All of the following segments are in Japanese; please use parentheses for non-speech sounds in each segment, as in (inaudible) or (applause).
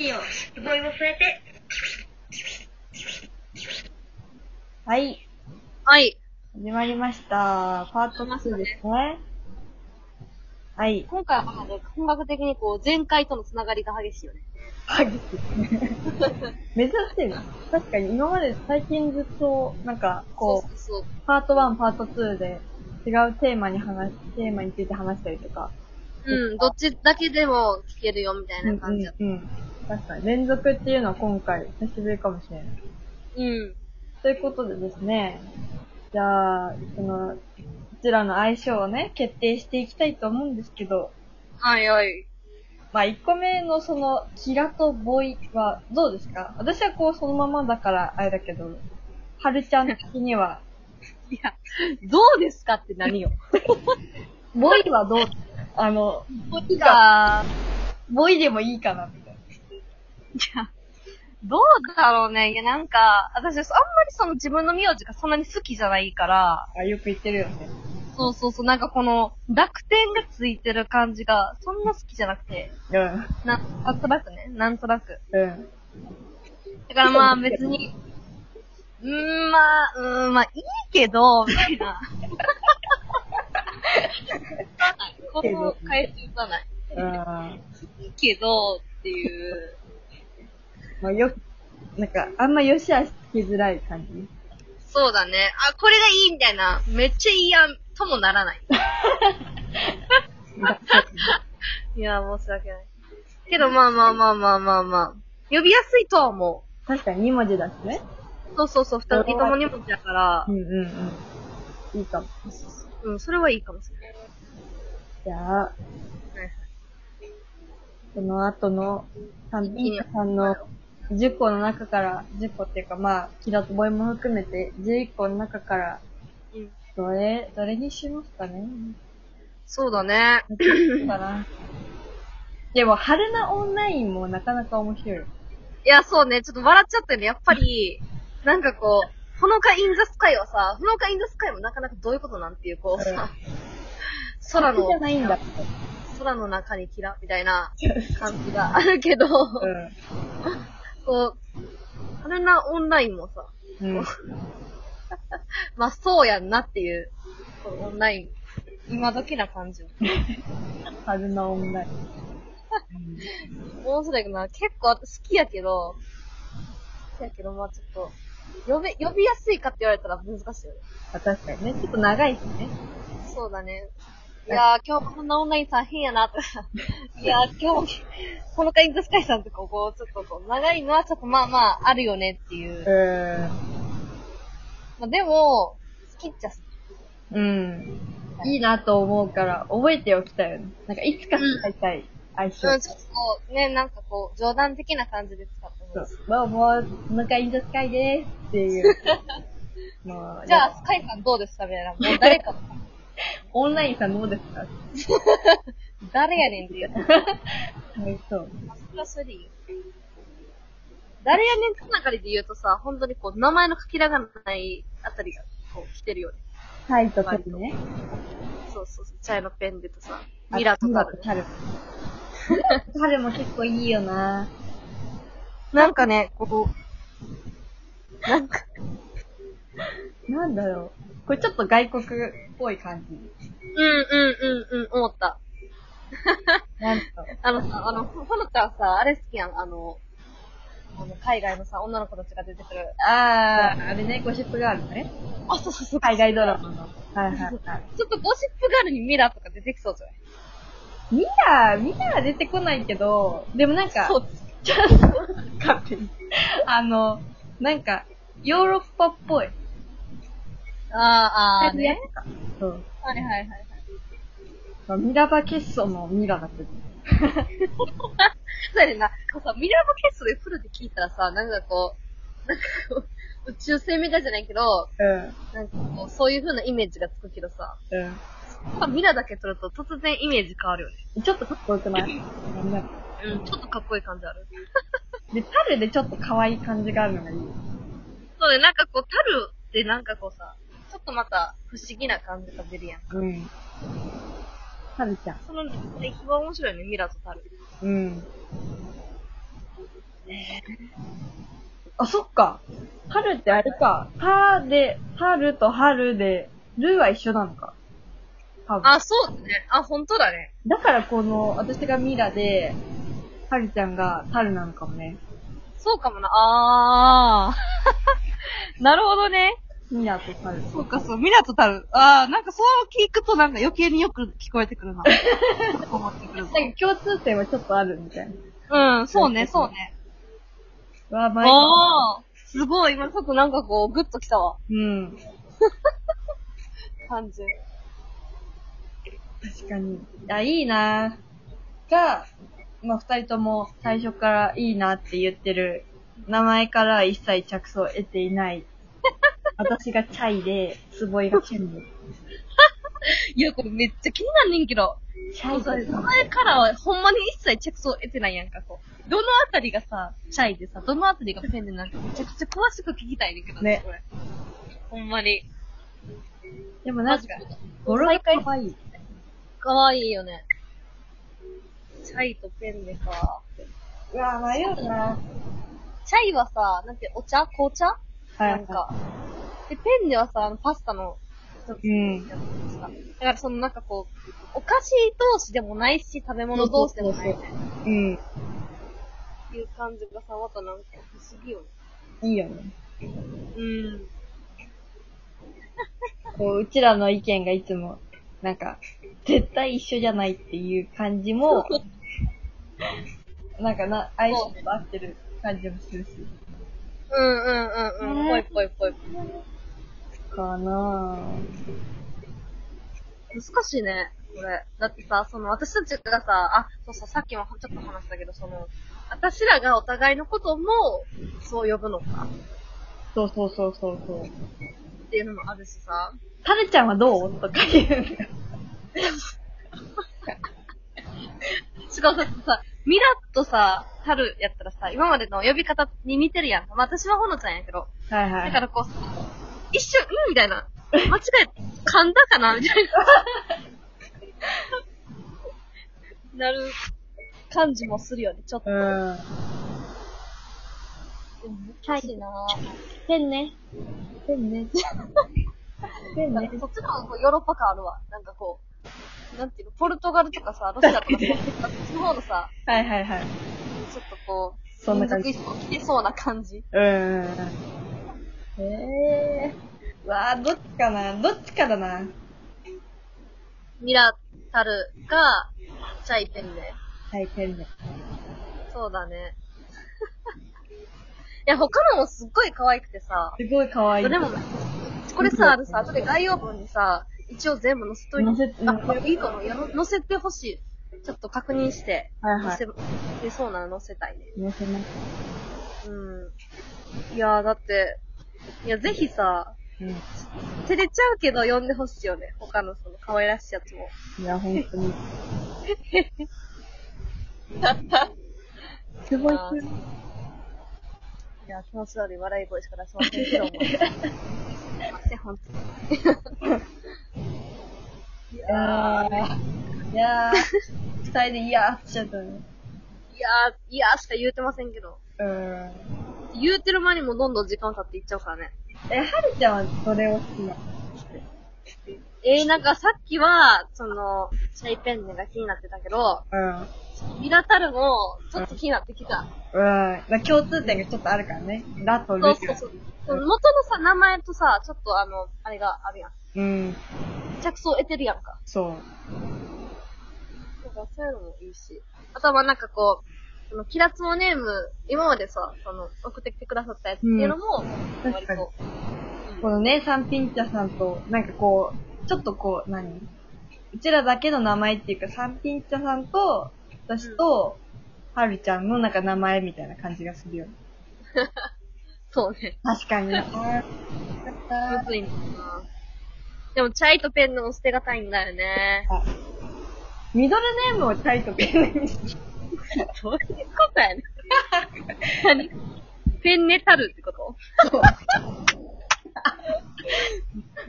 思いを添えて、はい。はい。始まりました。パート2ですね。はい。今回はまだね、音楽的にこう、前回とのつながりが激しいよね。珍しいな。確かに今まで最近ずっと、なんか、こう、そうそうパート1、パート2で違うテーマに話、テーマについて話したりとか。そう。うん、どっちだけでも聞けるよ、みたいなう感んじだっうん。確かに。連続っていうのは今回、久しぶりかもしれない。た。うん。ということでですね、じゃあ、その、こちらの相性をね、決定していきたいと思うんですけど、はいはい。まあ、1個目のその、キラとボイはどうですか私はこう、そのままだから、あれだけど、はるちゃん的には、いや、どうですかって何よ。ボイはどうあの、ボイが、ボイでもいいかな、みたいな。どうだろうね。いや、なんか、私、あんまりその自分の名字がそんなに好きじゃないから、あ、よく言ってるよね。そうそうそう、なんかこの、濁点がついてる感じが、そんな好きじゃなくて、うん。なん、なんとなくね、なんとなく。うん。だからまあ別に、うーん、まあ、うーん、まあいいけど、みたいな。打たない。この返し打たない。うん。まいいけど、っていう。あ、よ、なんか、あんま良し悪しつきづらい感じ。そうだね。あ、これがいいみたいな。めっちゃいいやん、ともならない。いや、申し訳ない。けどまあまあまあまあまあまあ。呼びやすいとは思確かに2文字だしね。う。そうそうそう、二人とも荷物だからうん、うんうん。いいかも。うん、それはいいかもしれない。じゃあ、その後の、さん、いいねさんの10個の中から、10個っていうかまあ、キラとボイも含めて、11個の中から、うん、どれ、どれにしますかねそうだね。かな。 (laughs) でも、春菜オンラインもなかなか面白い。いや、そうね、ちょっと笑っちゃってね、やっぱ (laughs) り、なんかこう、ほのかインザスカイはさ、ほのかインザスカイもなかなかどういうことなんていう、こうさ、空じゃの、ないんだって。空の中にキラ、みたいな感じがあるけど、こう、春菜オンラインもさ、 (laughs) うん。うん。まあそうやんなっていう、このオンライン、今時な感じ。春菜オンライン。面白いけどな、結構私好きやけど、好きやけど、まあちょっと、呼べ、呼びやすいかって言われたら難しいよね。あ、確かにね。ちょっと長いしね。そうだね。いやー、今日こんなオンラインさん変や (laughs) なとか。いやー、今日、このカインズスカイさんとか、こう、ちょっとこう、長いのはちょっとまあまあ、あるよねっていう。まあでも、好きっちゃ好き。うん。いいなと思うから、覚えておきたいよね。なんか、いつか使いたい、相性。うん、ちょっとこう、ね、なんかこう、冗談的な感じで使ってそまうす。。どうも、向かいんじゃスカイです。って (laughs) いう。まあ、じゃあ、スカイさんどうですかみたいな。もう誰か、オンラインさんどうですかは誰やねんって (laughs) いう。い、そう。それはそれでいいよ。誰やねんって中で言うとさ、本当にこう、名前のかけらがないあたりが、こう、来てるよね。タイとタルね。そうそうそう、茶色ペンでとさ、ミラとタルね。タル。 (laughs) タルも結構いいよななんかね、ここ、なんか、なんだろう。これちょっと外国っぽい感じ。うんうんうんうん、思った。なんか、あのさ、あの、ほほのちゃんさ、あれ好きやん、あの、あの、海外のさ、女の子たちが出てくる。あー、あれね、ゴシップガールね。あ、そうそうそう。海外ドラマの。はいはいはい。ちょっとゴシップガールにミラとか出てきそうじゃないミラー、ミラー出てこないけど、でもなんか、そう。勝手に。あの、なんか、ヨーロッパっぽい。あー、あーね。イタリアとかそう。はいはいはいはい。まあミラバケッソのミラだけど。そうやねんな。こうさ、ミラーボケストでフルで聞いたらさ、なんかこう、なんかこう、宇宙船みたいじゃないけど、うなんかこう、そういう風なイメージがつくけどさ、ん。まあミラだけ取ると突然イメージ変わるよね。うん。ちょっとかっこよく (laughs) ないなんかうん、ちょっとかっこいい感じある。で、タルでちょっと可愛い感じがあるのがいい。そうね、なんかこう、タルってなんかこうさ、ちょっとまた不思議な感じが出るやん。うん。タルちゃん。その、対比は面白いよね、ミラとタル。うん。あ、そっか。春ってあれか。たで、春と春で、るは一緒なのか。多分。あ、そうだね。あ、本当だね。だからこの、私がミラで、春ちゃんがタルなのかもね。そうかもな。あー。 (laughs) なるほどね。ミラとタル。そうか、そう。ミラとタル。あー、なんかそう聞くとなんか余計によく聞こえてくるな。思ってくるぞなんか共通点はちょっとあるみたいな。 (laughs) うん、そうね、そうね。うわ、前あー。すごい、今ちょっとなんかこう、グッときたわ。うん。感じ。確かに。あ、いいなぁが、まあ、二人とも最初からいいなって言ってる。名前からは一切着想を得てい (laughs) ない。私がチャイで、つぼいがチェンブ。いや、これめっちゃ気になんねんけど。チそうそャうイ名だ前からはほんまに一切着想得てないやんか、こう。どのあたりがさ、チャイでさ、どのあたりがペンでなんかめちゃくちゃ詳しく聞きたいねんけどねこれ。ほんまに。でもなんかマジ、語呂が可愛い。かわいいよね。チャイとペンでか。うわぁ、迷うなチャイはさ、なんてお茶紅茶はい。なんか。で、ペンではさ、あのパスタの、うん。だからそのなんかこう、お菓子同士でもないし、食べ物同士でもないみたいなうん。いう感じがさ、またなんか不思議よね。いいよね。うん。こう、うちらの意見がいつも、なんか、絶対一緒じゃないっていう感じ (laughs) も、なんかな、相性と合ってる感じもするし。うんうんうんうん。ぽいぽいぽい。かなぁ。難しいね、これ。だってさ、その私たちがさ、あ、そうそう、さっきもちょっと話したけど、その、私らがお互いのことも、そう呼ぶのか、そうそうそうそうそう。っていうのもあるしさ。タルちゃんはどうとか言うの。しかもさ、さミラとさ、タルやったらさ、今までの呼び方に似てるやん。まあ、私はほのちゃんやけど。はいはだい。からこう、一瞬、うんみたいな。間違え、噛んだかなみたい (laughs) な。なる感じもするよね、ちょっと。うん。難しいなぁ。ペンね。ペンね。ペンなんねか。そっちの方がこうヨーロッパ感あるわ。なんかこう、なんていうの、ポルトガルとかさ、ロシアとかさ、そっちの方のさ、はいはいはい。ちょっとこう、そんな感じ民族衣装着てそうな感じ。うんうんうん。えー。わぁ、どっちかなどっちかだな。ミラタルが、チャイペンで。はい、ペンね。そうだね。 (laughs) いや、他のもすっごい可愛くてさ、すごい可愛い。どれも、これさ、あのさ、後で概要文にさ、一応全部載せとい載てせ、あ、いいかな、いや載せてほしい。ちょっと確認して、はいは載い。せ、でそうなの載せたいね。ねせます。うん。いやー、だって、いや、ぜひさ、う照れちゃうけど呼んでほしいよね。他のその可愛らしいやつも。ん。いや、ほんとに。すごいあーいや、気持ち悪い笑い声しか出しませんけども。すい (laughs) ません、ほんとに。いやあー。いやー。二人でいやーってしちゃったね。ー、いやー、いやーしか言うてませんけど。うん。言うてる間にもどんどん時間経っていっちゃうからね。え、はるちゃんはどれを好きなのえー、なんかさっきは、その、シャイペンネが気になってたけど、うん。ミラタルも、ちょっと気になってきた。うん。まあ共通点がちょっとあるからね。ラとルそうがそうそう。元のさ、名前とさ、ちょっとあの、あれがあるやん。うん。着想得てるやんか。そう。だからそういうのもいいし。あとはまあなんかこう、そのキラツモネーム、今までさ、その、送ってきてくださったやつっていうのも、うん割と、このね、サンピンチャさんと、なんかこう、ちょっとこう、何うちらだけの名前っていうか、サンピンチャさんと、私と、はるちゃんのなんか名前みたいな感じがするよね。そうね。確かに。あーよかむずいんだな。でも、チャイとペンの捨てがたいんだよね。あミドルネームをチャイとペンネにして。どういうことやねん。何ペンネタルってこと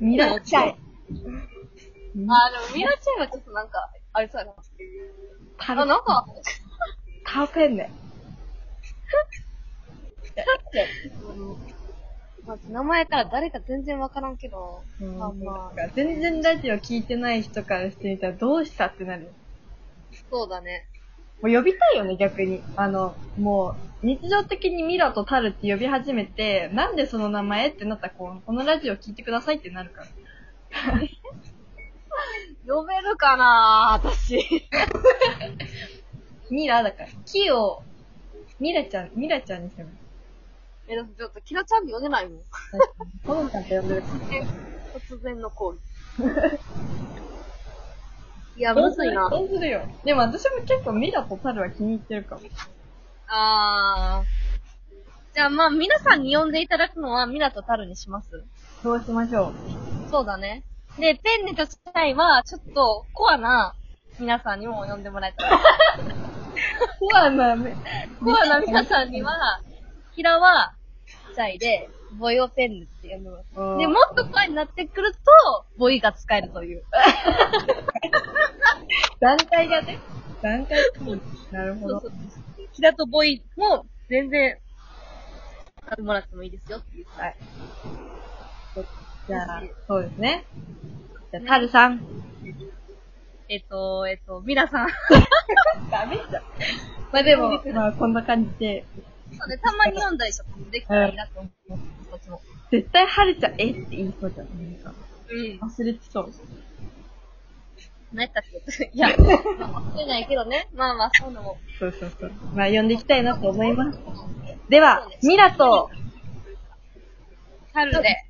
ミラチャイ。あ、でもミラチャイはちょっとなんか、あれそうやな。カあ、なんか、カーペンネ。まず名前から誰か全然わからんけど、うんまあまあ、なんか全然ラジオ聞いてない人からしてみたらどうしたってなる。そうだね。もう呼びたいよね、逆に。あの、もう、日常的にミラとタルって呼び始めて、なんでその名前ってなったらこう、このラジオ聞いてくださいってなるから。呼べるかな私。 (laughs) ミラだから。キを、ミラちゃん、ミラちゃんにしてもえ、でもちょっと、キラちゃんに呼べないもん。らう確かにコロンちゃんって呼んでる。突然のコール。 (laughs) いや、むずいな。そうするよ。でも私も結構ミラとタルは気に入ってるかも。あー。じゃあまあ、皆さんに呼んでいただくのは、ミラとタルにしますそうしましょう。そうだね。で、ペンネとチャイは、ちょっと、コアな、皆さんにも呼んでもら (laughs) いたい。コアなね。コア (laughs) な皆さんには、キラは、チャイで、ボイをペンネって呼んでもらうう。んで、もっとコアになってくると、ボイが使えるという。段階がね。段階うんなるほど。キラとボイも、全然、使ってもらってもいいですよっていう。はい。じゃあ、そうですね。じゃあ、タルさん。えっと、えっと、皆さん。ダメじゃん。 (laughs) まあでも、まあこんな感じで、そうね、たまに読んだりしょ。できたらいいなと思う。こっちも。絶対ハルちゃん、えって言いそうじゃん。なんか、うん。忘れてそう。何やったっけ (laughs) いや、忘れないけどね。まあまあ、そういうのも。そうそうそう。まあ呼んでいきたいなと思います。では、ミラと、春で。